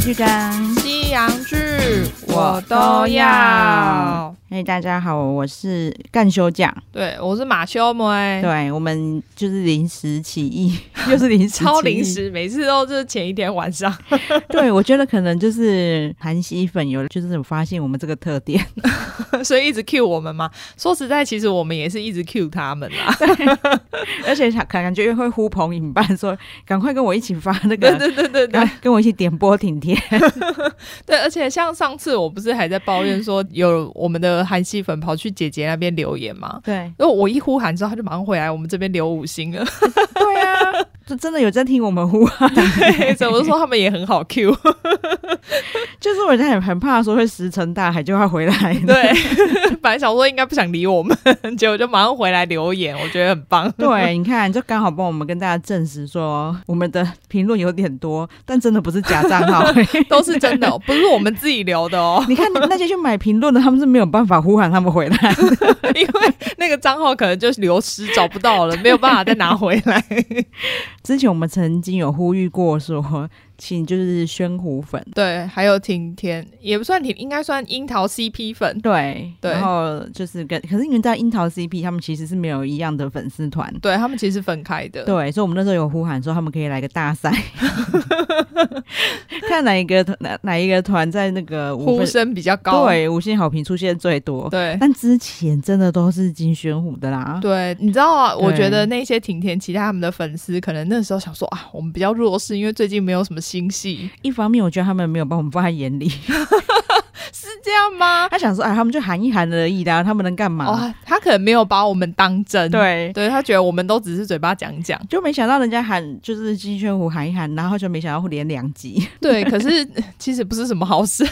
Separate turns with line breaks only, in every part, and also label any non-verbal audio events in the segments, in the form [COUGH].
剧跟
西洋剧
我都要。嘿，哎大家好，我是干休假，
对，我是马修梅，
对我们就是临时起
[LAUGHS]
意，又是临时起意
超临。时，每次都是前一天晚上。
[LAUGHS]
[LAUGHS]
对，我觉得可能就是韩系粉有就是有发现我们这个特点， [LAUGHS]
所以一直 Q 我们嘛。说实在，其实我们也是一直 Q 他们啦。
而且想感觉会呼朋引伴说，赶快跟我一起发那
[LAUGHS] 对
个。
对对对对
啊 [LAUGHS] 跟我一起点播挺贴，
[LAUGHS] 对，而且像上次我不是还在抱怨说有我们的韩系粉跑去姐姐那边留言嘛？
对
因为我一呼喊之后，他就马上回来我们这边留五星 [LAUGHS] 了。
对啊，就真的有在听我们呼啊，
对，所以我就说他们也很好 [LAUGHS] Q。
[LAUGHS] 就是我在很很怕说会石沉大海就要回来，
对， [LAUGHS] 本来想说应该不想理我们， [LAUGHS] 结果就马上回来留言，我觉得很 [LAUGHS] 棒。
对，你看，就刚好帮我们跟大家证实说，我们的评论有点多，但真的不是假账
[LAUGHS]
号、，
都是真的哦、不是我们自己留的哦 [LAUGHS]
你看那些去买评论的，他们是没有办法呼喊他们回来。
因为那个账号可能就流失，找不到了，没有办法再拿回来。
之前我们曾经有呼吁过说，请就是宣虎粉，
对，还有婷甜，也不算婷，应该算樱桃 CP 粉。
对
对
然后就是跟，可是你知道樱桃 CP 他们其实是没有一样的粉丝团。
对他们其实分开的，
对，所以我们那时候有呼喊说他们可以来个大
[LAUGHS]
赛， [LAUGHS] 看哪一个哪哪一个团在那个五
呼
分
声比较高。
对五星好评出现最多，
对
但之前真的都是金宣虎的啦。
哎对你知道啊？我
对
觉得那些婷甜其他他们的粉丝，可能那时候想说啊，我们比较弱势，因为最近没有什么新戏，
一方面，我觉得他们没有把我们放在眼
[LAUGHS]
里，
是这样吗？
他想说，哎，他们就喊一喊而已啦，他们能干嘛？
哦，他可能没有把我们当真，，
对，
对他觉得我们都只是嘴巴讲
[LAUGHS]
讲。
就没想到人家喊就是金宣虎喊一喊，然后就没想到会连两集， [LAUGHS]
对，可是其实不是什么好事。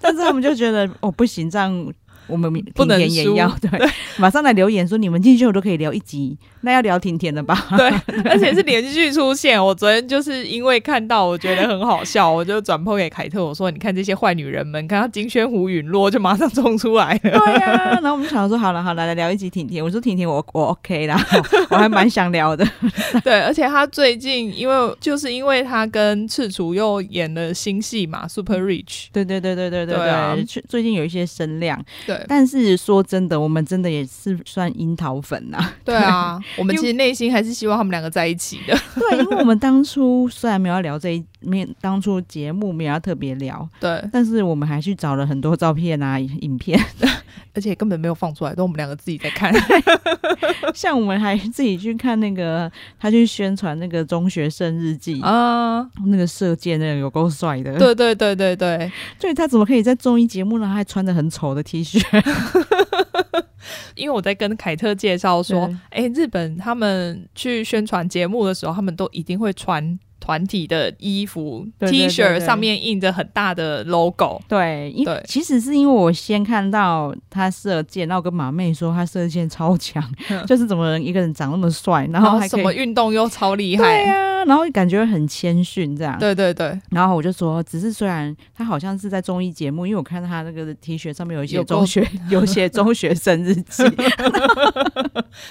但是他们就觉得哦不行，这样我们
不能
挺甜
输
也要对，马上来留言说你们金宣虎都可以聊一集，那要聊挺甜的
[LAUGHS]
吧？
对，而且是连续出现。我昨天就是因为看到，我觉得很好笑，我就转播给凯特，我说：“你看这些坏女人们，看到金宣虎陨落就马上冲出来了。
对呀、然后我们就想说，好了好了，来聊一集挺甜。我说挺甜我我 OK 啦， [LAUGHS] 我还蛮想聊的。”
[LAUGHS] 对，而且她最近因为就是因为她跟赤楚又演了新戏嘛，《Super Rich》。
对对对对对对
对啊
对，最最近有一些声量，
对，
但是说真的，我们真的也是算樱桃粉呐、
对 [LAUGHS] 啊，我们其实内心还是希望他们两个在一起 [LAUGHS] 的。
[LAUGHS] 对，因为我们当初虽然没有要聊这一，没有当初节目没有要特别聊，
对，
但是我们还去找了很多照片啊、影影片， [LAUGHS]
而且根本没有放出来，都我们两个自己在看。
像我们还自己去看那个他去宣传那个中学生日记，
[LAUGHS] 啊、
那个射箭那个有够帅的，，[LAUGHS]
[LAUGHS] 对对对对对，
所以他怎么可以在综艺节目呢还穿着很丑的 T 恤？
因为我在跟凯特介绍说
对，
哎、日本他们去宣传节目的时候，他们都一定会穿团体的衣服
对对对
T 恤，
对
上面印着很大的 logo。
对，因
对
其实是因为我先看到他射箭，然后我跟马妹说他射箭超强，
嗯
[LAUGHS] 就是怎么一个人长那么帅，然
然
后
后
还
哦什
可以
么运动又超厉
对
害，
啊，然后感觉很谦逊这样。
对对对，
然后我就说，只是虽然他好像是在综艺节目，因为我看他那个 T 恤上面有一些
有够
中学有写中学生日
[LAUGHS]
记，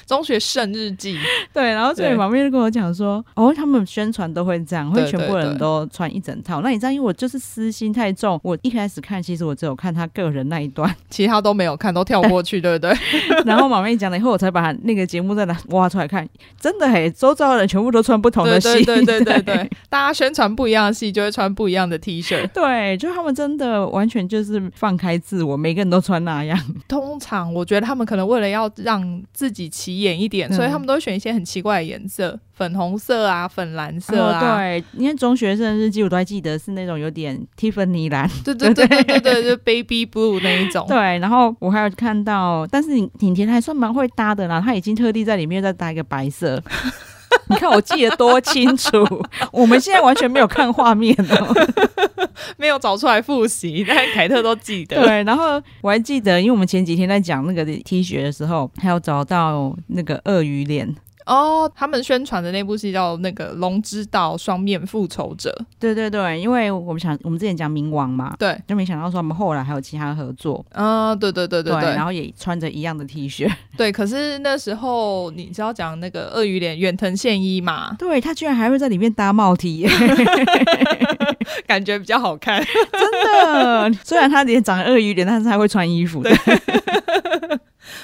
中学圣日记，
对，然后所以
对
马妹就跟我讲说，哦，他们宣传都会这样，会
对
全部
对
人
对
都穿一整套。那你知道，因为我就是私心太重，我一开始看，其实我只有看他个人那一段，
其他都没有看，都跳过去，对不对？
[LAUGHS] 然后马妹讲了以后，我才把那个节目再拿挖出来看，真的嘿，周遭的人全部都穿不同的
对
戏，
对对对对对，大家宣传不一样的戏就会穿不一样的 T 恤。
[LAUGHS] 对，就他们真的完全就是放开自我，每个人都穿那样。
通常我觉得他们可能为了要让自己起眼一点，
嗯
所以他们都会选一些很奇怪的颜色，粉红色啊、粉蓝色
哦，
啊，
对，因为中学生日记我都还记得是那种有点蒂芬尼蓝，
[LAUGHS] 对对对对对对，就 baby blue 那一种。
对。然后我还有看到，但是你婷婷还算蛮会搭的啦，她已经特地在里面再搭一个白色。你看我记得多清
[LAUGHS]
楚，我们现在完全没有看画面哦。
没有找出来复习，但凯特都记得。
对，然后我还记得，因为我们前几天在讲那个 T 恤的时候，还有找到那个鳄鱼脸，
哦，他们宣传的那部戏叫那个《龙之道：双面复仇者》。
对对对，因为我们想我们之前讲冥王嘛，
对，
就没想到说我们后来还有其他合作，
嗯、对对对对对，
然后也穿着一样的 T
[LAUGHS]
恤，
对。可是那时候你知道讲那个鳄鱼脸远藤宪一嘛，
对他居然还会在里面搭帽 T，耶
[LAUGHS] 感觉比较好看。 [LAUGHS]
真的。虽然他脸长得鳄鱼脸，但是他会穿衣服的。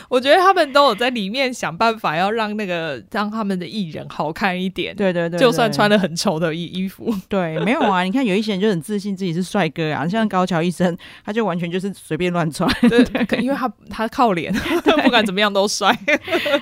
我觉得他们都有在里面想办法要让那个让他们的艺人好看一点，
对对对
就算穿
了
了很丑的衣衣服，
对，没有啊。你看有一些人就很自信自己是帅哥啊，像高桥医生，他就完全就是随便乱穿。
[LAUGHS] 对， [LAUGHS] 可因为他他靠 [LAUGHS] 脸，不管怎么样都帅。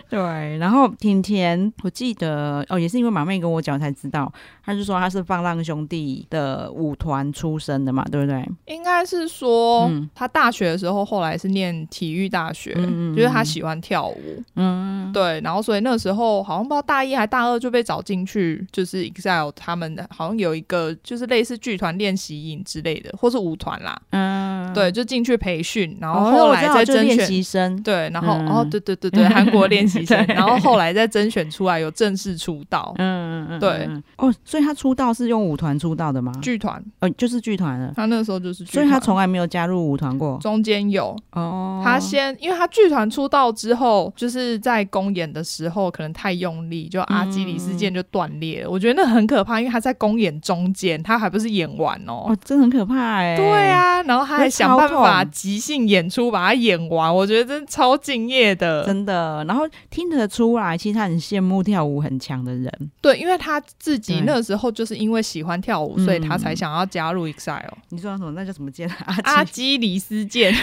对，然后挺田，我记得哦，也是因为马妹跟我讲才知道，他就说他是放浪兄弟的舞团出身的嘛，对不对？
应该是说、
嗯
他大学的时候，后来是念体育大学，
嗯嗯
就是他喜欢跳舞，
嗯，
对，然后所以那个时候好像不知道大一还大二就被找进去，就是 Excel 他们好像有一个就是类似剧团练习营之类的，或是舞团啦，
嗯，
对，就进去培训，然后
哦
后
我
来
知道
再
就是
甄
练
选。
习生，
对，然后、
嗯
哦，对对对对，韩国练习生，
[LAUGHS] 对
然后后来再甄选出来有正式出道、
嗯嗯嗯，
对
嗯，哦，所以他出道是用舞团出道的吗？
剧团，
哦，就是剧团的，
他那时候就是剧
所
团，
以他从来没有加入舞团过。
中间有
哦，
他先，因为他剧团出道之后，就是在公演的时候可能太用力，就阿基里斯腱就断裂了。我觉得那很可怕，因为他在公演中间，他还不是演完哦。
哦，真的很可怕哎、
对，啊，然后他还想办
那超
法
痛
即兴演出把它演完，我觉得真的超敬业的。
真的。然后听得出来，其实他很羡慕跳舞很强的人。
对，因为他自己
对
那时候就是因为喜欢跳舞，
嗯
所以他才想要加入 EXILE。
你嗯说他什么？那叫什么剑？阿
阿
基，
基里斯
[LAUGHS]
腱，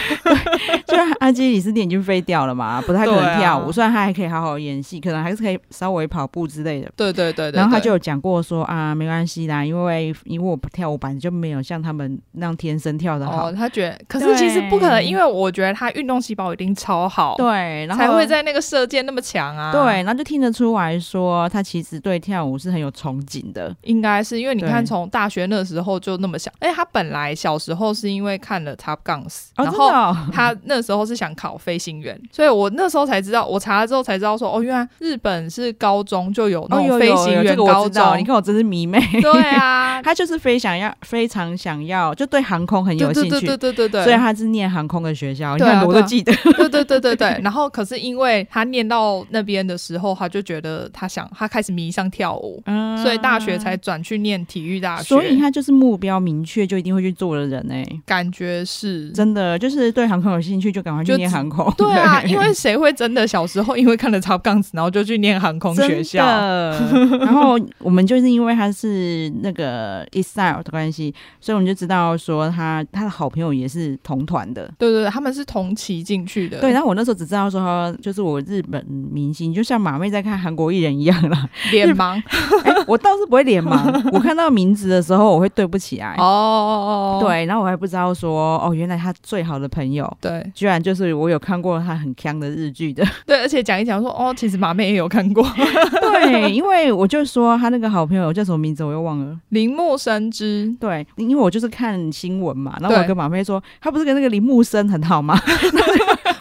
虽然阿基里斯腱已经废掉了
[LAUGHS]
嘛，不太可
对
能
啊
跳舞。虽然他还可以好好演戏，可能还是可以稍微跑步之类的。
对对对对对。
然后他就有讲过说啊，没关系啦，因为因为我跳舞本来就没有像他们那样天生跳的好。
哦，他觉得，可
对
是其实不可能，因为我觉得他运动细胞一定超好。
对，然后
才会在那个射箭那么强啊。
对，，然后就听得出来说，他其实对跳舞是很有憧憬的。
应该是因为你看，
对
从大学那时候就那么小，哎，他本来小时候是因为看了 Top Guns，、
哦，
然
真的
后。
哦、
他那时候是想考飞行员，所以我那时候才知道，我查了之后才知道说，哦，原来日本是高中就有
[LAUGHS]
那
哦，有
种
有
飞
有
行
有这
员
个我
高
知
中，
道，你看我真是迷妹。，
对啊
[LAUGHS] 他就是非想要，非常想要，就对航空很有
对
兴
对
趣，
对对对对对，
所以他是念航空的学校。你
对啊
看我
对
都
啊
记得，
对对对对对。然后可是因为他念到那边的时候，他就觉得他想，他开始迷上跳舞，
嗯
所以大学才转去念体育大学。嗯
所以他就是目标明确，就一定会去做的人哎、
感觉是
真的就是对航空有兴趣，就赶快去
就
念
只
航空。
[LAUGHS] 对
[LAUGHS]
啊，因为谁会真的小时候因为看了《超杠子》，然后就去念航空
真
学校？
的然后我们就是因为他是那个 Excel 的关系，所以我们就知道说他他的好朋友也是同团的。
对对对，他们是同期进去的。
对，然后我那时候只知道说，就是我日本明星，就像马妹在看韩国艺人一样
[LAUGHS]
啦。
脸盲
哎，我倒是不会
[LAUGHS]
脸盲，我看到名字的时候我会对不起来。
哦，
对，然后我还不知道说，哦，原来他最好的朋友，
对
居然就是我有看过他很强的日剧的。
对，而且讲一讲说哦，其实马妹也有看
[LAUGHS]
过
对，因为我就说他那个好朋友叫什么名字，我又忘了。
铃木生之，
对，因为我就是看新闻嘛，然后我
对
跟马妹说，他不是跟那个铃木生很好吗？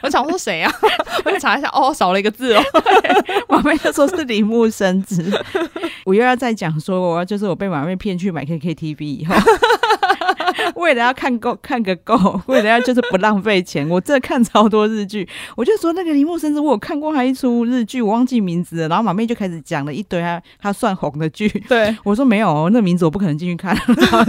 我想说谁啊？ [LAUGHS] 我就查一下，哦，少了一个字
[LAUGHS]
哦。
马妹就说是铃木生子， [LAUGHS] 我又要再讲说，我要就是我被马妹骗去买 KKTV 以后。 [LAUGHS] 为了要看够看个够，为了要就是不浪费钱，我真的看超多日剧。我就说那个铃木生子，我有看过他一出日剧，我忘记名字了。然后马妹就开始讲了一堆他他算红的剧，
对，因
我说没有，哦那名字我不可能进去看。 [LAUGHS] 然后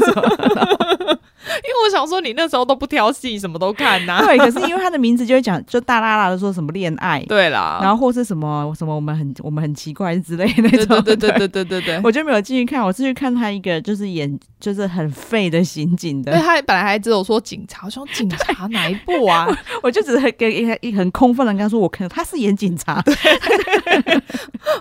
为我想说你那时候都不挑戏，什么都看呐、
对，可是因为他的名字就会讲，就大啦啦的说什么恋爱，
对啊啦，
然后或是什么什么我们很我们很奇怪之类的那
对
种。
对对对对对对对。
我就没有进去看，我是去看他一个就是演就是很废的刑警
对，啊
的，
他本来还只有说警察，我想警察哪一部
[LAUGHS]
啊？
我就只是跟一个一很空泛的跟他说，我可能他是演警察，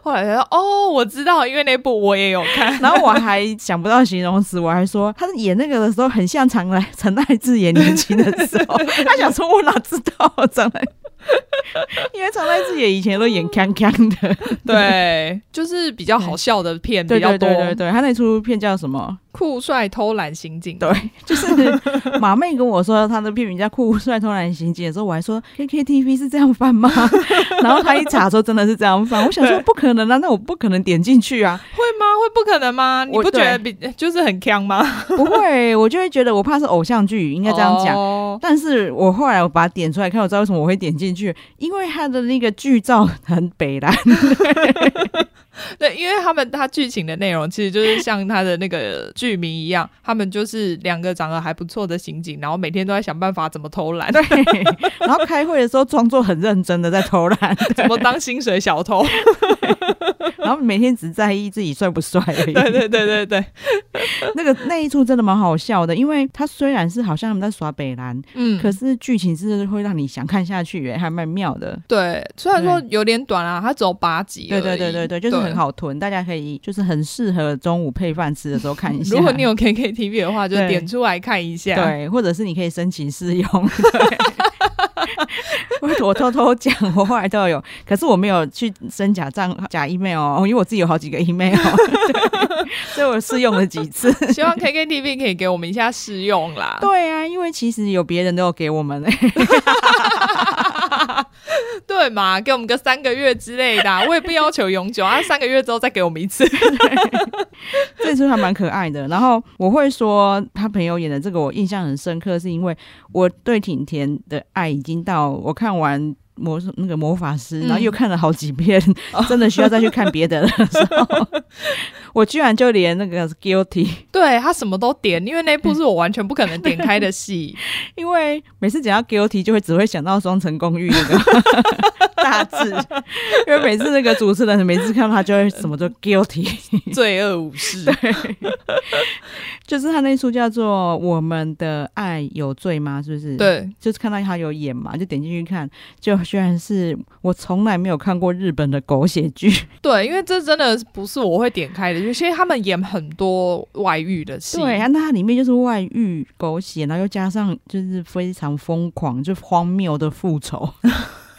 后来他说哦，我知道，因为那部我也有看。
然后我还想不到形容词，我还说他演那个的时候很像常来陈爱志演年轻的时候，他想说我哪知道常来。因为常在自己以前都演康康的， [LAUGHS]
对，就是比较好笑的片比
对
较
对
多
对。对对，他那出片叫什么？ [LAUGHS]
酷帅偷懒刑警，
对，就是马妹跟我说她的片名叫《酷帅偷懒刑警》的时候，我还说 KKTV 是这样翻吗？ [LAUGHS] 然后她一查说真的是这样翻，我想说
对
不可能啊，那我不可能点进去啊，
会吗？会不可能吗？你
我
不觉得比就是很强吗？
不会，我就会觉得我怕是偶像剧，应
应
该这样讲。
哦、
但是我后来我把它点出来看，我知道为什么我会点进去，因为它的那个剧照很北蓝，
对，因为他们他剧情的内容其实就是像他的那个剧名一样，他们就是两个长得还不错的刑警，然后每天都在想办法怎么偷懒，
对。欸然后开会的时候装作很认真的在偷懒，
怎么当薪水
[LAUGHS]
小偷。
然后每天只在意自己帅不帅而已。
对对对对对，
[LAUGHS] 那个那一处真的蛮好笑的，因为它虽然是好像他们在耍北兰，
嗯，
可是剧情是会让你想看下去耶，还蛮妙的。
对，虽然说有点短啊，它只有八集而
对对
已，
对对对，就是很。好囤，大家可以就是很适合中午配饭吃的时候看一下。
如果你有 KKTV 的话，就
对
点出来看一下。，
对，或者是你可以申请试
[LAUGHS]
用。对 [LAUGHS] 我我偷偷讲，我后来都有，可是我没有去申假账、假 email 哦，因为我自己有好几个 email，对所以我试用了几
[LAUGHS]
次。
希望 KKTV 可以给我们一下试用啦。
对啊，因为其实有别人都有给我们、
对嘛，给我们个三个月之类的啊、 [LAUGHS] 我也不要求永久啊，三个月之后再给我们一次。
这出还蛮可爱的。然后我会说他朋友演的这个我印象很深刻，是因为我对挺甜的爱已经到我看完。魔那个魔法师，
嗯
然后又看了好几遍，真的需要再去看别的的时候，我居然就连那个 guilty，
[LAUGHS] 对他什么都点，因为那部是我完全不可能点开的戏。
因为每次讲到 guilty 就会只会想到双层公寓那个大致，因为每次那个主持人每次看到他就会什么都 guilty，
[LAUGHS] 罪恶武士，嗯
就是他那一出叫做《我们的爱有罪吗》，是不是？
对，
就是看到他有演嘛，就点进去看，就居然是我从来没有看过日本的狗血 [LAUGHS] 剧，
对，因为这真的不是我会点开的，因为现在他们演很多外遇的戏， [LAUGHS]
对，啊，那它里面就是外遇、狗血，然后又加上就是非常疯狂、就荒谬的复 [LAUGHS] 仇。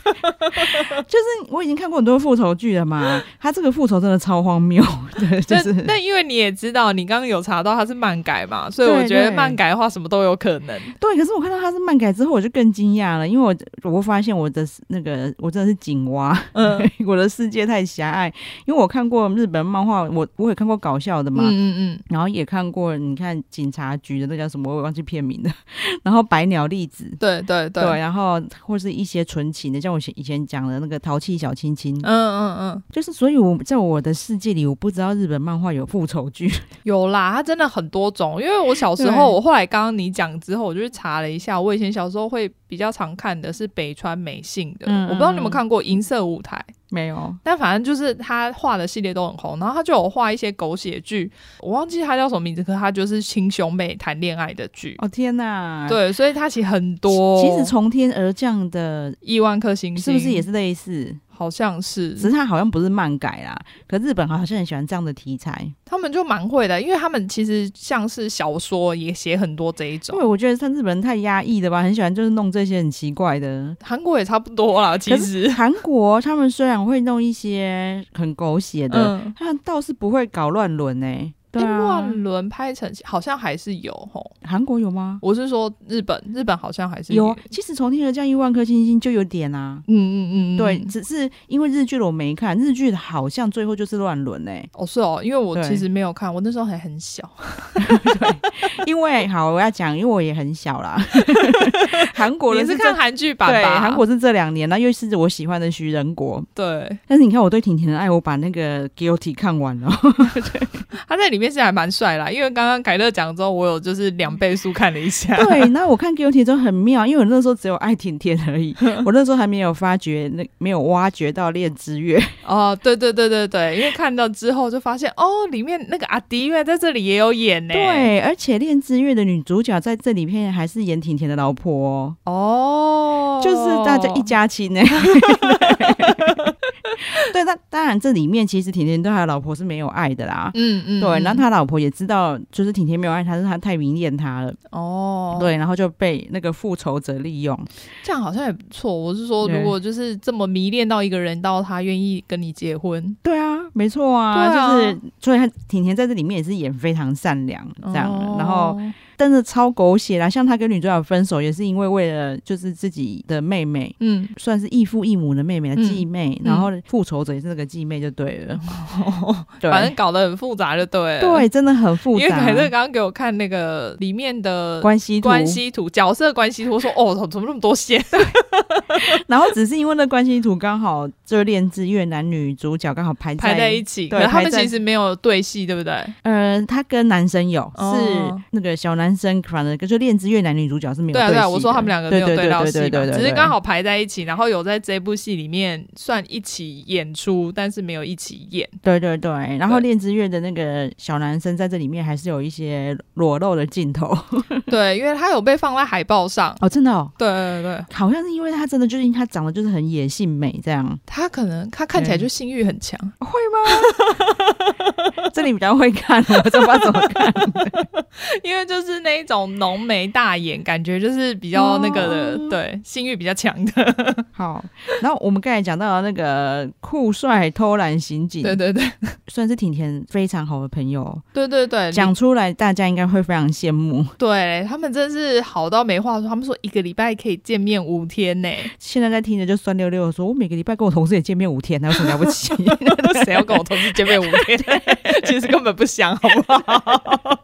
就是我已经看过很多复仇剧了 [LAUGHS] 嘛，他这个复仇真的超荒谬， [LAUGHS] 对，就
那
是
那因为你也知道，你刚刚有查到它是漫改嘛，所以
对
我觉得
对
漫改的话什么都有可能。
对。可是我看到他是漫改之后，我就更惊讶了，因为我我发现我的那个我真的是井蛙，
嗯
[LAUGHS] 我的世界太狭隘，因为我看过日本漫画，我我也看过搞笑的
嗯
嘛，
嗯嗯，
然后也看过，你看警察局的那叫什么，我也忘记片名了。 [LAUGHS] 然后百鸟粒子，
对对对，嗯
然后或是一些纯情的，像我以前讲的那个淘气小亲亲，
嗯嗯，
就是所以我在我的世界里，我不知道日本漫画有复仇
[LAUGHS]
剧，
有啦，它真的很多种。因为我小时候，
对
我后来刚刚你讲之后，我就去查了一下，我以前小时候会比较常看的是北川美幸的，
嗯
我不知道你有没有看过《银色舞台》。
没有。
但反正就是他画的系列都很红，然后他就有画一些狗血剧，我忘记他叫什么名字，可他就是亲兄妹谈恋爱的剧。
哦天哪！，
对，所以他其实很多。
其实从天而降的。
亿万颗星
是
星
不是也是类似？
好像是
只，是它好像不是漫改啦，可日本好像很喜欢这样的题材。
他们就蛮会的，因为他们其实像是小说也写很多这一
因
种
为，我觉得像日本人太压抑了吧，很喜欢就是弄这些很奇怪的。
韩国也差不多啦，其
可是
实。
[LAUGHS] 韩国他们虽然会弄一些很狗血的，
嗯，
他们倒是不会搞乱伦哎、对
诶
啊，
乱伦拍成好像还是有吼，
韩国有吗？
我是说日本，日本好像还是
有啊，其实从天而降一万颗星星就有点啊。
嗯嗯嗯，嗯
对，只是因为日剧的我没看，日剧的好像最后就是乱伦 [LAUGHS] 哎，
哦是哦，因为我
对
其实没有看，我那时候还很 [LAUGHS] 小，
因为好我要讲，因为我也很小 [LAUGHS] 啦，韩国的
你是
这
看韩剧版
对
吧？
韩国是这两年，那又是我喜欢的徐仁国，
对，
但是你看我对婷婷的爱，我把那个 guilty 看完了，
他在里面是还蛮帅啦，因为刚刚凯乐讲之后，我有就是两倍速看了一 [LAUGHS] 下，
[LAUGHS] 对，那我看 Guilty 真的很妙，因为我那时候只有爱甜甜而
[LAUGHS]
已，我那时候还没有发觉那没有挖掘到恋之
[LAUGHS]
月，
哦，对对对对对，因为看到之后就发现，哦，里面那个阿迪原来在这里也有演呢。，
对，而且恋之月的女主角在这里面还是演甜甜的老婆、哦，
哦， [LAUGHS]
就是大家一家亲呢、对，那当然这里面其实甜甜对他的老婆是没有爱的啦。
嗯嗯，
对，
嗯
然后他老婆也知道，就是甜甜没有爱他，是他太迷恋他了。
哦，，
对，然后就被那个复仇者利用。
这样好像也不错。我是说，
对
如果就是这么迷恋到一个人，到他愿意跟你结婚，
对啊，没错啊，
对啊
就是所以他甜甜在这里面也是演非常善良这样，
哦
然后但是超狗血啦，像他跟女主角分手也是因为为了就是自己的妹妹。
嗯，
算是异父异母的妹妹，
嗯
继妹，
嗯
然后复仇者也是那个继妹就对了，对，
嗯 [LAUGHS] 反正搞得很复杂就对了。，
对，真的很复
[LAUGHS] 因为
杂，
凯特刚刚给我看那个里面的
关系图
关，系图、角色关系图，我说哦，怎么那么多线？
[LAUGHS] 然后只是因为那关系图刚好就恋志越男女主角刚好排
排在
在
一起，
对
可是他们
排在
其实没有对戏，对不对？
呃，他跟男生有、
哦
是那个小男生，反正就恋之越男女主角是没有
对啊，
戏
对
的
啊，我说他们两个没有
对
到
对对
戏嘛
对，对，
只是刚好排在一起，然后有在这部戏里面算一起演出，但是没有一起
[LAUGHS]
演。
对对对。然后
对
恋之越的那个小男生在这里面还是有一些裸露的镜头
对，因为他有被放在海报上。
哦，真的哦。
对对对，
好像是因为他真的就是因为他长得就是很野性美这
[LAUGHS]
样，
他可能他看起来就性欲很强， [LAUGHS]
这里比较会看，我真不知道怎么
[LAUGHS]
看。
因为就是那一种浓眉大眼，感觉就是比较那个的，
哦
对，性欲比较强的。 [LAUGHS]
好，然后我们刚才讲到的那个酷帅偷懒刑警，
对对对
算是挺甜非常好的朋友，
对对对，
讲出来大家应该会非常羡慕。
对他们真是好到没话说，他们说一个礼拜可以见面五天呢、
现在在听着就酸溜溜的说，我每个礼拜跟我同事也见面五天，还有什么了不
[LAUGHS]
起？
[LAUGHS] 谁要跟我同事见面五 [LAUGHS] 天？其实根本不想，好不好？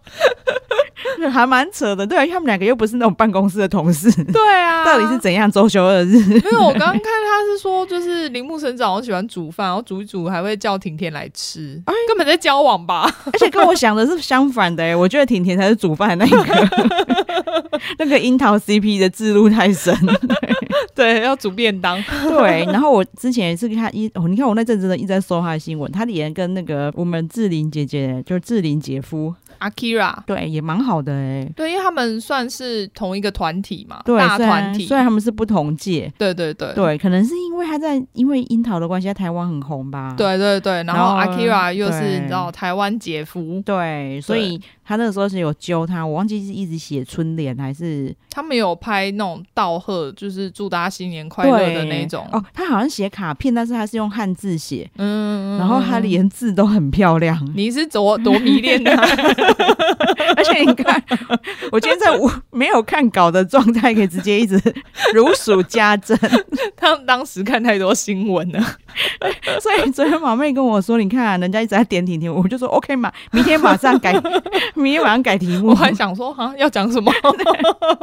还蛮扯的，对、啊，因为他们两个又不是那种办公室的同
[LAUGHS]
事，
对啊，
到底是怎样周休二
[LAUGHS]
日？
没有，我刚刚看他是说，就是铃木省长好像喜欢煮饭，然后煮一煮还会叫婷婷来吃，根本在交往吧？
而且跟我想的是相反的、欸，我觉得甜甜才是煮饭的那一个，
[LAUGHS]
那个樱桃 CP 的制度太深。
[LAUGHS] 对，要煮便当。
对，然后我之前也是看一，哦，你看我那阵子真的一直在搜他的新闻，他连跟那个我们志玲姐姐，就是志玲姐夫，
[LAUGHS] Akira，
对，也蛮好的哎、欸。
对，因为他们算是同一个团体嘛，
对，
大
虽然
团体
虽。然他们是不同届，
对对对
对，啊可能是因为他在因为樱桃的关系，在台湾很红吧。
对对对，然
然
后
后
Akira 又是
对
你知道台湾姐夫，
对，所以他那个时候是有揪他，我忘记是一直写春联还是
他们有拍那种道贺，就是祝大家新年快乐的那种。
对哦，他好像写卡片，但是他是用汉字写，
嗯，
然后他连字都很漂亮。
[LAUGHS] 你是多多迷恋他、
[LAUGHS] 而且你看，我今天在我没有看稿的状态，可以直接一直如数家
[LAUGHS]
珍。
他当时看太多新闻了，
所以昨天马妹跟我说，你看、啊人家一直在点婷婷，我就说 OK 嘛，明天马上
[LAUGHS]
改，明天马上改题目
我。还想说哈要讲什么？ [LAUGHS]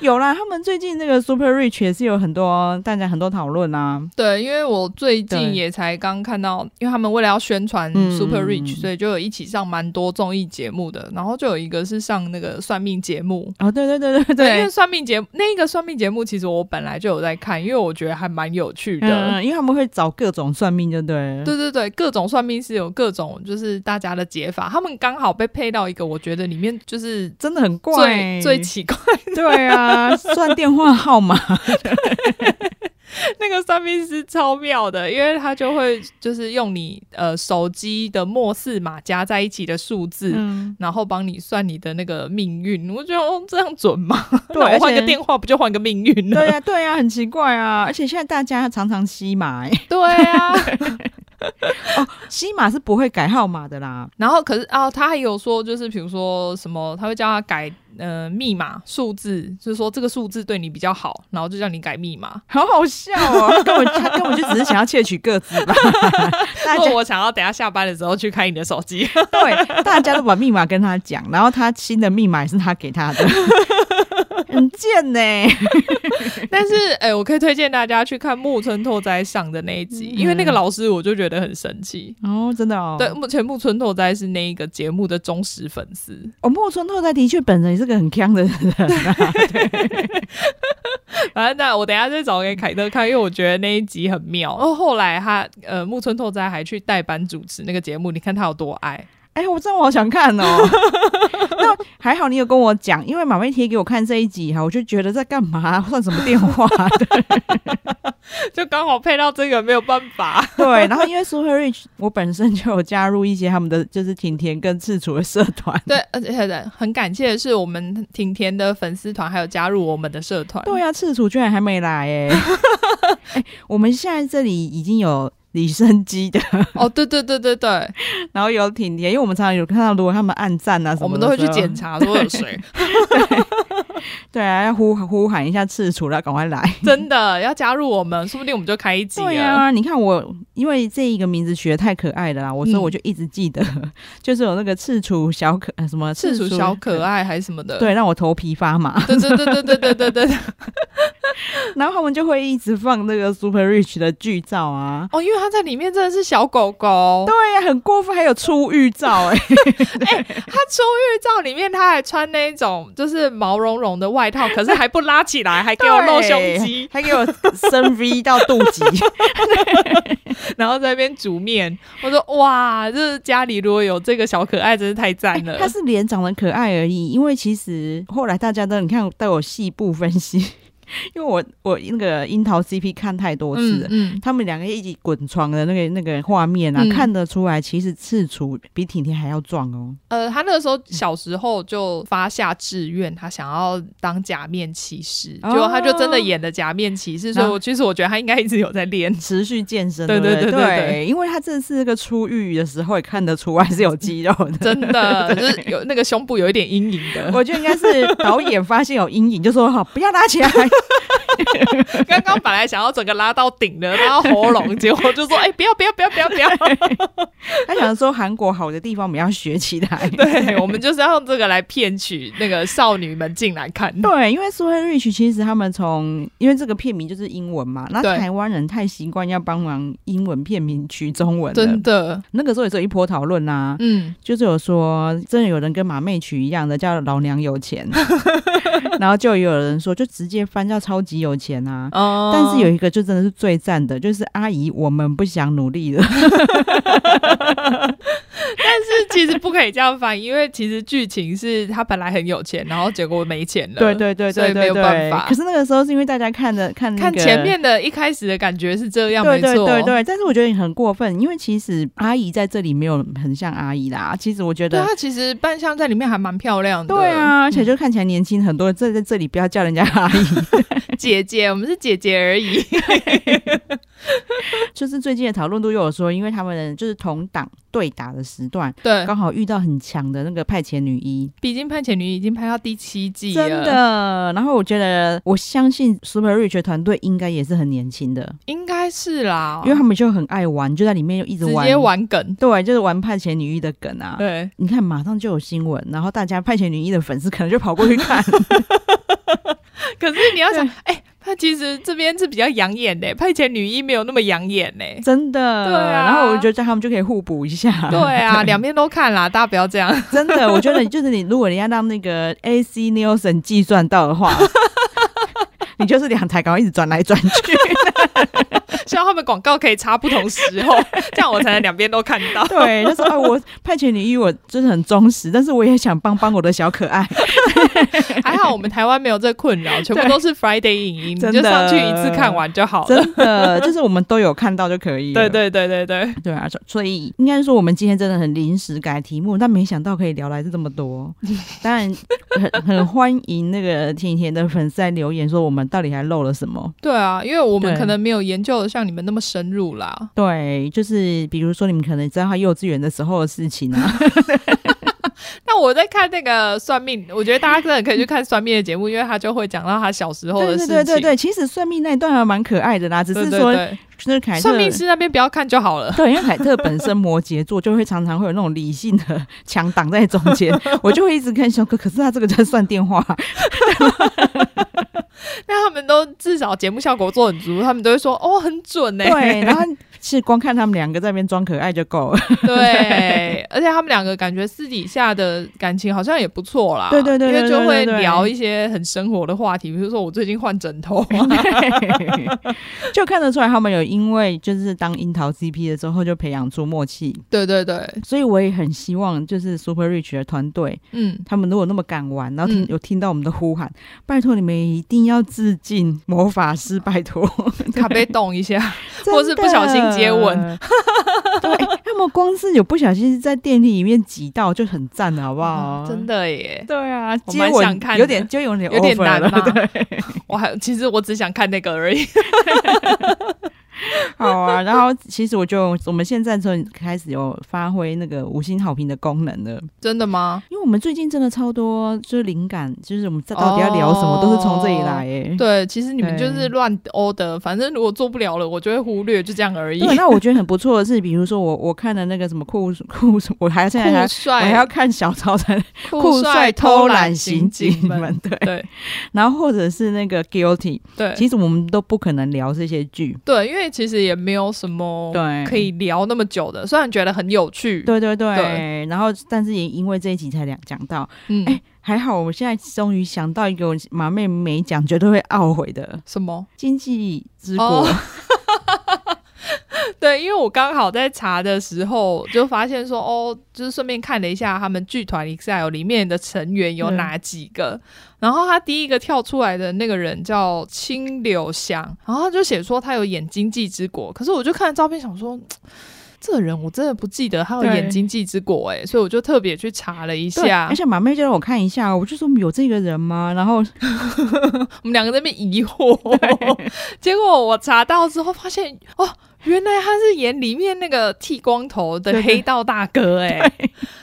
有啦，他们最近那个 Super Rich 也是有很多大家很多讨论啊。
对，因为我最近
对
也才刚看到，因为他们为了要宣传
嗯
Super
嗯
Rich，、
嗯
所以就有一起上蛮多综艺节目的，然后就有一个是上那个算命节目。
哦，对对对 [LAUGHS] 对
因为算命节那个算命节目，其实我本来就有在看，因为我觉得还蛮有趣的。
嗯，因为他们会找各种算命，就对了。
对对对，各种算命是有各种就是大家的解法，他们刚好被配到一个，我觉得里面就是
真的很
最
怪欸，
最奇怪
对
[LAUGHS]
啊，算电话号码，
那个算命师超妙的，因为他就会就是用你呃手机的末四码加在一起的数字。
嗯，
然后帮你算你的那个命运，我觉得哦这样准吗？
对，
[LAUGHS] 那我换
而且
个电话不就换个命运了
对？呀、对呀、很奇怪啊！而且现在大家常常吸码、欸，
对 [LAUGHS] 啊，
吸码是不会改号码的啦。
然后可是啊、他还有说，就是比如说什么，他会叫他改呃密码数字，就是说这个数字对你比较好，然后就叫你改密码。
好好笑哦！他根本他根本就只是想要窃取各自
[LAUGHS]
吧。大
如
家
果我想要等一下下班的时候去开你的手机，
对，大家都把密码跟他讲，然后他新的密码也是他给
[LAUGHS]
他的，很贱呢、
但是哎、我可以推荐大家去看木村拓哉上的那一集，因为那个老师我就觉得很神奇。
哦，真的哦。
对，，目前木村拓哉是那一个节目的忠实粉丝，
哦，莫村拓哉的确本人也是个很强的人、 [LAUGHS] 啊。
反正那我等一下再找给凯特看，因为我觉得那一集很妙。然后哦后来他呃木村拓哉还去代班主持那个节目，你看他有多爱。
哎、我真的好想看
[LAUGHS]
哦。那还好你有跟我讲，因为马
[LAUGHS]
妹贴给我看这一集哈，我就觉得在干嘛，算什么电话？
就就刚好配到这个，没有办法。
对，然后因为 Super Rich，我本身就有加入一些他们的就是挺甜跟赤楚的社团。
[LAUGHS] [LAUGHS] 对，而且很很感谢的是，我们挺甜的粉丝团还有加入我们的社团。
对啊，赤楚居然还没来
[LAUGHS]
哎、欸！哎我们现在这里已经有李生基的， [LAUGHS]
哦，对对对对对，
然后有挺甜，因为我们常常有看到，如果他们暗赞啊什么的时候，
我们都会去检查说有谁， [LAUGHS]
对啊，要呼呼喊一下赤楚，然后赶快来。
真的要加入我们，说不定我们就开一集
对
了。
啊，你看我，因为这一个名字取得太可爱了啦，我所以
嗯
我就一直记得， [LAUGHS] 就是有那个赤楚小可呃什么
赤
楚
楚小可，爱还是什么的，
对，让我头皮发麻。[LAUGHS]
[LAUGHS] 对对对对对对对对对。
然后他们就会一直放那个 Super Rich 的剧照啊，
哦，因为他在里面真的是小狗狗，
对呀、很过分，还有出狱照哎、
他出狱照里面他还穿那种就是毛茸茸的外套，可是还不拉起来， [LAUGHS] 还给我露胸肌，
还给我升 V 到肚脐。
[LAUGHS] 然后在那边煮面。我说哇，就是家里如果有这个小可爱，真哎是太赞了。
他是脸长得可爱而已，因为其实后来大家都你看都有细部分析， [LAUGHS] 因为我我那个樱桃 CP 看太多次了。
嗯，
他们两个一起滚床的那个那个画面啊，
嗯
看得出来，其实赤楚比婷婷还要壮哦。
呃，他那个时候小时候就发下志愿，他想要当假面骑士，
哦
结果他就真的演了假面骑士，所以我其实我觉得他应该一直有在练。
持续健身，
对
对
对
不
对对对
对，因为他这次那个出狱的时候也看得出来是有肌肉的，
[LAUGHS] [LAUGHS] 真的，就是有那个胸部有一点阴影的。
我觉得应该是导演发现有阴影，就说好不要拉
[LAUGHS]
起来，
刚刚本来想要整个拉到顶的，拉到喉咙，结果就说：“哎、不要不要不要不要不要！”
他想说韩国好的地方我们要学起来。
[LAUGHS] [LAUGHS] 对，我们就是要用这个来骗取那个少女们进来看。
对，因为 Super Rich 其实他们从因为这个片名就是英文嘛，那
对
台湾人太习惯要帮忙英文片名取中文了
真。的，
那个时候也是有一波讨论啊啦，
嗯，
就是有说真的有人跟马妹取一样的叫老娘有
[LAUGHS]
钱，然后就有人说就直接翻叫超级有钱啊。
哦
但是有一个就真的是最赞的，就是阿姨，我们不想努力了。
但是
[LAUGHS]
其实不可以这样翻，因为其实剧情是他本来很有钱，然后结果没钱了。
[LAUGHS] 对对对
所以
对
没
对
有办
对
法。
可是那个时候是因为大家看的看、那
看
个、
前面的一开始的感觉是这样，
对
没
对
错，
对对，但是我觉得你很过分，因为其实阿姨在这里没有很像阿姨啦。其实我觉
对
得，
她其实扮相在里面还蛮漂亮的。嗯
对啊，而且就看起来年轻很多。这在这里不要叫人家阿姨。 [LAUGHS]
姐姐，我们是姐姐而已。 [LAUGHS]
就是最近的讨论度又有说，因为他们就是同党对打的时段，[LAUGHS]
对，
刚好遇到很强的那个派遣女一，
毕竟《派遣女》已经拍到第七季了，
真的。然后我觉得，我相信 Super Rich 团队应该也是很年轻的，
应该是啦，
因为他们就很爱玩，就在里面又一直
哦直
玩，
接玩梗。
对，就是玩派遣女一的梗啊。
对，
你看，马上就有新闻，然后大家派遣女一的粉丝可能就跑过去
[LAUGHS]
看，
可是你要想，哎、他其实这边是比较养眼的，派遣女一没有那么养眼呢。
真的。
对啊
然后我觉得他们就可以互补一下。
对啊，两边都看啦，大家不要这样。
[LAUGHS] 真的，我觉得就是你，如果你要让那个 AC Nielsen 计算到的
[LAUGHS]
话，你就是两台赶快一直转来转去。
希望他们广告可以插不同时 [LAUGHS] 候，这样我才能两边都看到。
[LAUGHS] 对，就是啊，我派遣女一我就是很忠实，但是我也想帮帮我的小可爱。
还好我们台湾没有这困扰，全部都是 Friday 影音，你
真
就
的
上去一次看完就好了。
真的，就是我们都有看到就可以了。
对对对对对，
对啊，所所以应该说我们今天真的很临时改题目，但没想到可以聊来这么
[LAUGHS]
多。当然很很欢迎那个甜甜的粉丝在留言说我们到底还漏了什么。
对啊，因为我们
对
可能没有研究的像你们那么深入啦。
对，就是比如说你们可能知道他幼稚园的时候的事情啊，
[LAUGHS] 那我在看那个算命，我觉得大家真的可以去看算命的节目，因为他就会讲到他小时候的
对
事
对
情。
对对对，其实算命那一段还蛮可爱的啦，只
对
是
对
说
对
就是凯特
算命师那边不要看就 [LAUGHS] 好了。
对，因为凯特本身摩羯座就会常常会有那种理性的强挡在中间，我就会一直看小哥，可是他这个在算电话，
那他们都至少节目效果做很足，他们都会说哦很准呢、
对，然后是光看他们两个在那边装可爱就够了。 [LAUGHS]
对，而且他们两个感觉私底下的感情好像也不错啦，
对对对对
因为就
对对
会
对
聊一些很生活的话题，比如说我最近换枕头 [LAUGHS] 啊，
就看得出来他们有因为就是当樱桃 CP 了之后就培养出默契，
对对对，
所以我也很希望就是 Super Rich 的团队，
嗯，
他们如果那么敢玩，然后听、
嗯
有听到我们的呼喊，拜托你们一定要致敬魔法师，拜托，
咖啡动
[LAUGHS]
一下，
真
[LAUGHS] 或是不
的
小心接吻。
[LAUGHS] 对，他们光是有不小心在电梯里面挤到就很赞了，好不好？
嗯真。的耶，
对啊，
我
接
蛮
吻
想看
有
的
点就有点
有点
over
难
了
嘛
对
[LAUGHS] 我还其实我只想看那个而已，
[LAUGHS]
[LAUGHS]
好啊，然后其实我就我们现在就开始有发挥那个五星好评的功能了，
真的吗？
因为我们最近真的超多就是灵感，就是我们这到底要聊什么，都是从这里来诶、
对，其实你们
对
就是乱欧的，反正如果做不了了，我就会忽略，就这样而已。
对，那我觉得很不错的是，比如说我我看的那个什么酷酷，我还现在还我还要
帅，
看小超人
酷
帅
偷
懒
刑
警
们，，
对，
对
然后或者是那个 guilty，
对，
其实我们都不可能聊这些剧，
对，因为其实也没有什么
对
哦可以聊那么久的，虽然觉得很有趣，
嗯对对对，
对
然后但是也因为这一集才讲讲到，
嗯，
哎还好，我现在终于想到一个我马妹没讲，绝对会懊悔的《
什么？
经济之国》
哦对，因为我刚好在查的时候就发现说，哦，就是顺便看了一下他们剧团 Excel 里面的成员有哪几个，
嗯
然后他第一个跳出来的那个人叫清流香，然后他就写说他有演《经济之国》，可是我就看了照片想说。嘖这个人我真的不记得他有演
对
《经济之国》哎，所以我就特别去查了
[LAUGHS]
一
对，哎
下
而，且马妹就让我看一下，我就说有这个人吗？然
嗯
后
我们两个在那边疑惑，结果我查到之后发现，哦，原来他是演里面那个剃光头的
对对
黑道大哥、哎，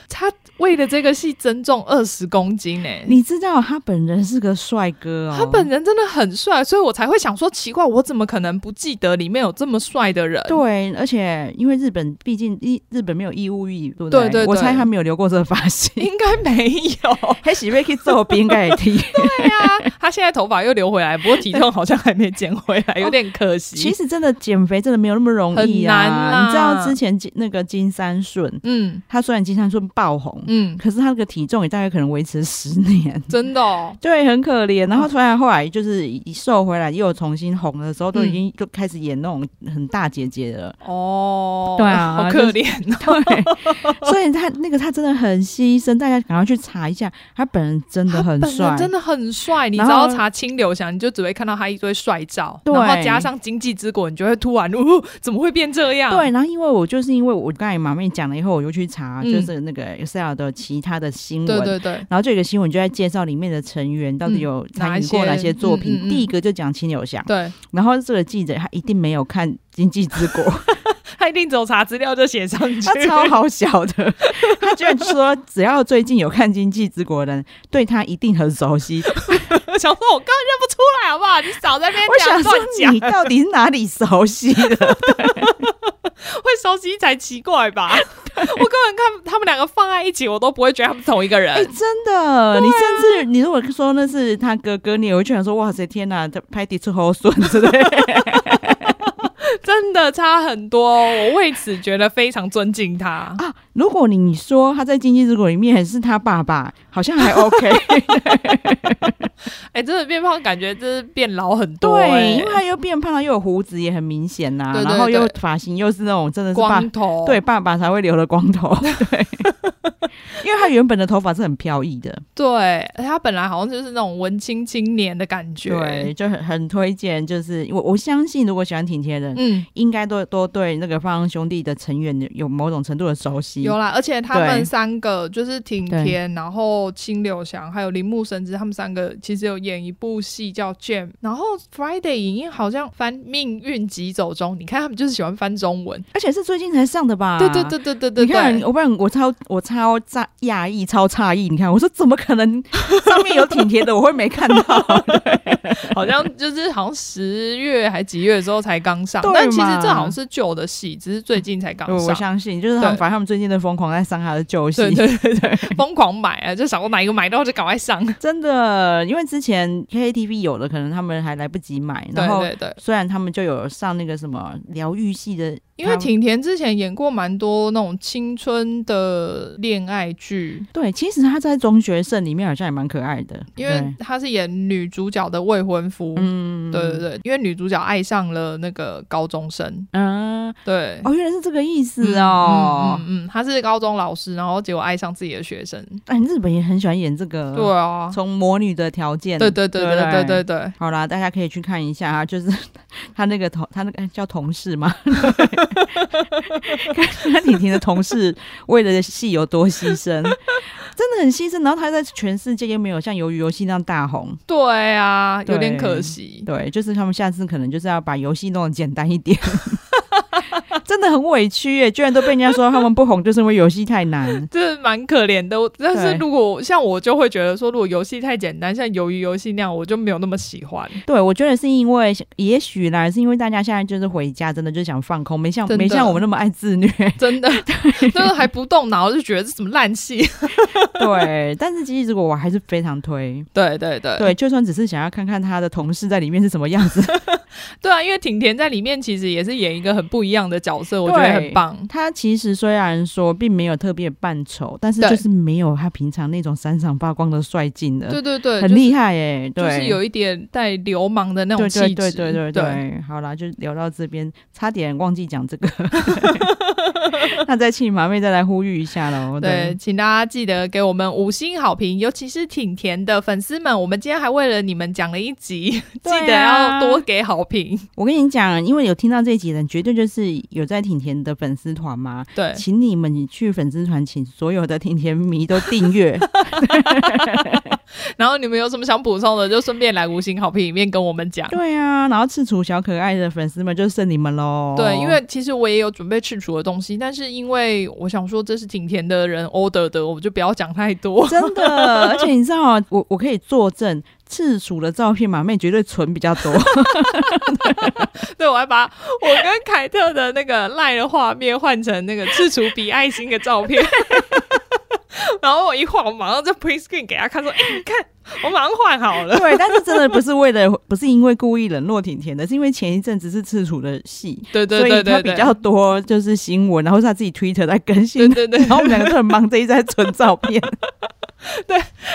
他为了这个戏增重二十公斤、哎。
你知道他本人是个帅哥哦，
他本人真的很帅，所以我才会想说奇怪，我怎么可能不记得里面有这么帅的人？
对，而且因为日本毕竟日日本没有义务役，对不
对对对
我猜他没有留过这个发型。 [LAUGHS]
应该没有。
黑喜瑞去做兵
[LAUGHS]
应该也剃。
对
啊
呀、他现在头发又留回来，不过体重好像还没减回
[LAUGHS]
来，有点可惜。
其实真的减肥真的没有那么容易啊！
很难啦
你知道之前金那个金三顺，
嗯
他虽然金三顺爆红，
嗯，
可是他那个体重也大概可能维持十年。 [LAUGHS]
真的、哦，
对，很可怜。然后突然后来就是一瘦回来，又重新红的时候，都已
嗯
经就开始演那种很大姐姐
[LAUGHS]
了。
哦，
对啊
好
就
可
是
怜哦。
对，所以他那个他真的很牺牲，大家赶快去查一下，他本人真的很
本
帅
人，真的很帅。你只
然后
要查清流翔，你就只会看到他一堆帅照，
对
然后加上经济之国，你就会突然，呜、怎么会变这样？
对，，然后因为我就是因为我刚才马妹讲了以后，我就去查，
嗯
就是那个 Excel 的其他的新闻。
对对对，
然后这个新闻就在介绍里面的成员到底有参与过
嗯哪
哪
一些
些作品。
嗯嗯嗯
第一个就讲秦友祥，
对，
然后这个记者他一定没有看《经济之国》，
[LAUGHS] 他一定走查资料就写上去，
他超好笑的， [LAUGHS] 他居然说只要最近有看《经济之国》的人，对他一定很熟
[LAUGHS]
悉。
[LAUGHS] 想说我根本认不出来，好不好？你少在那边
我
这样
想
啊乱
说
讲
你，到底是哪里熟
[LAUGHS]
悉的？
会熟悉才奇怪吧？ [LAUGHS] 我根本看他们两个放在一起，我都不会觉得他们是同一个人。
哎、真的，你
啊
甚至你如果说那是他哥哥，你也会就想说哇塞，天哪，他拍地出好损之类的。
真的差很多，哦我为此觉得非常尊敬他。
[LAUGHS] 啊，如果你说他在《经济之国》里面是他爸爸，好像
[LAUGHS]
还 OK。
哎、真的变胖，感觉真是变老很多、
对，
哎
因为他又变胖了，又有胡子，也很明显呐、
对对
然后又
对
发型又是那种真的是爸
光头，
对爸爸才会留的光头， [LAUGHS] 对，因为他原本的头发是很飘逸的，
对，而且他本来好像就是那种文青青年的感觉。
对，，就很很推荐，就是我我相信如果喜欢挺贴的人，
嗯，
应该都都对那个方兄弟的成员有有某种程度的熟悉，
有啦，而且他
嗯对
们三个就是挺天，然后清流祥还有铃木神之，他们三个其实有演一部戏叫《Jam》，然后 Friday 影音好像翻《命运急走中》，你看他们就是喜欢翻中文。
而且是最近才上的吧？
对对对对对
啊
对
你看，
对。
我不然我超我超炸讶异，超诧异。你看，我说怎么可能上面有挺贴的，我会没看到？
好像就是好像十月还几月的时候才刚上
对，
但其实
嘛
这好像是旧的戏，只是最近才刚
我我
上。
相信，就是他们，
对
反正他们最近的疯狂在伤他的旧戏。
对对对对，疯狂买啊，就想说哪一个买到就赶快上。
真的，因为之前 KTV 有的可能他们还来不及买，
对
然后
对对，
虽然他们就有上那个什么疗愈系的，
因为
他们
挺田之前演过蛮多那种青春的恋爱剧，
对，其实他在《中学生》里面好像也蛮可爱的，
因为嗯
对
他是演女主角的未婚夫。
嗯，
对对对，因为女主角爱上了那个高中生，
嗯，
对，
哦，原来是这个意思
嗯
哦。
嗯嗯嗯，他是高中老师，然后结果爱上自己的学生，
哎，日本也很喜欢演这个，
对啊，
嗯从魔女的条件，
对对对
对
对对
不
对对，
好啦，大家可以去看一下啊， [LAUGHS] 就是他那个同他那个叫同事
[LAUGHS]
嘛，看看婷婷的同事为了戏有多牺牲，真的很牺牲。然后他在全世界又没有像《鱿鱼游戏》那样大红，
对啊，有点
对
可惜。
对，就是他们下次可能就是要把游戏弄得简单一点。 [LAUGHS] 真的很委屈耶，居然都被人家说他们不红，就是因为游戏太难。
这蛮可怜的，但是
对
如果像我就会觉得说，如果游戏太简单，像鱿鱼游戏那样，我就没有那么喜欢。
对，我觉得是因为，也许啦，是因为大家现在就是回家，真的就想放空，没像
真的
没像我们那么爱自虐。
真的，就是还不动脑，就觉得这什么烂戏。 [LAUGHS]
对，但是其实我还是非常推。
对对对
对，就算只是想要看看他的同事在里面是什么样子，
对啊，因为挺田在里面其实也是演一个很不一样的角色，我觉得很棒。
他其实虽然说并没有特别扮丑，但是
对
就是没有他平常那种闪闪发光的帅劲了，
对对对，
很厉害哎、
就
对，
是，就是有一点带流氓的那种
对
气质。
对对对对
对
对，好啦，就聊到这边，差点忘记讲这个， [LAUGHS] 那再请马妹再来呼吁一下喽，
对，请大家记得给我们五星好评，尤其是挺甜的粉丝们，我们今天还为了你们讲了一集， [LAUGHS]
对啊
记得要多给好评。
我跟你讲，因为有听到这一集的人，绝对就是有在挺甜的粉丝团嘛， [LAUGHS]
对，
请你们去粉丝团，请所有的甜甜迷都订
[LAUGHS]
阅。
然后你们有什么想补充的，就顺便来五星好评里面跟我们讲。
对啊，然后赤楚小可爱的粉丝们就剩你们喽。
对，因为其实我也有准备赤楚的东西，但是因为我想说这是挺甜的人 order 的，我就不要讲太多。 [LAUGHS]
真的，而且你知道啊，我我可以作证，赤楚的照片马妹绝对存比较
[LAUGHS]
多。
对，我还把我跟凯特的那个赖的画面换成那个赤楚比爱心的照片。 [LAUGHS] 然后我一晃，我马上就 print screen 给他看，说：“哎、你看，我马上换好了。
对，但是真的不是为了，不是因为故意冷落甜甜的，是因为前一阵子是赤楚的戏”，
对对
所
对
以他
对
比
对，
较多就是新闻，然后是他自己 Twitter 在更
对
新。
对对，
然后我们两个都很忙，这一直在存照片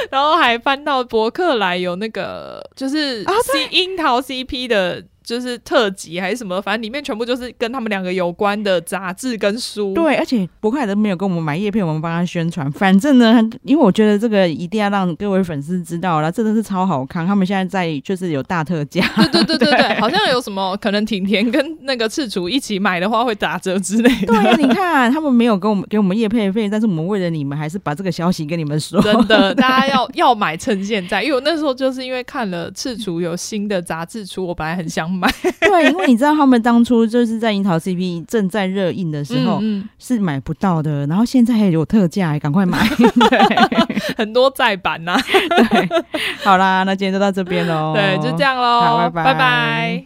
然后还翻到博客来有那个就是
啊
C 樱桃 CP 的，就是特辑还是什么，反正里面全部就是跟他们两个有关的杂志跟书。
对，而且博凯都没有跟我们买叶片，我们帮他宣传。反正呢，因为我觉得这个一定要让各位粉丝知道啦，真的是超好看。他们现在在就是有大特价，
[LAUGHS] 对对对对对，好像有什么可能挺甜跟那个赤楚一起买的话会打折之类的。
对呀、你看 [LAUGHS] 他们没有给我们给我们叶配费，但是我们为了你们，还是把这个消息跟你们说。
[LAUGHS] 真的， [LAUGHS] 大家要要买趁现在，因为我那时候就是因为看了赤楚有新的杂志出，我本来很想买。
[LAUGHS] 对，因为你知道他们当初就是在樱桃 CP 正在热映的时候、
嗯
是买不到的，然后现在还有特价，赶快买。 [LAUGHS] 对
嗯，很多再版呐、
对，好啦，那今天就到这边喽。
对，就这。样
好
喽，
拜拜
拜拜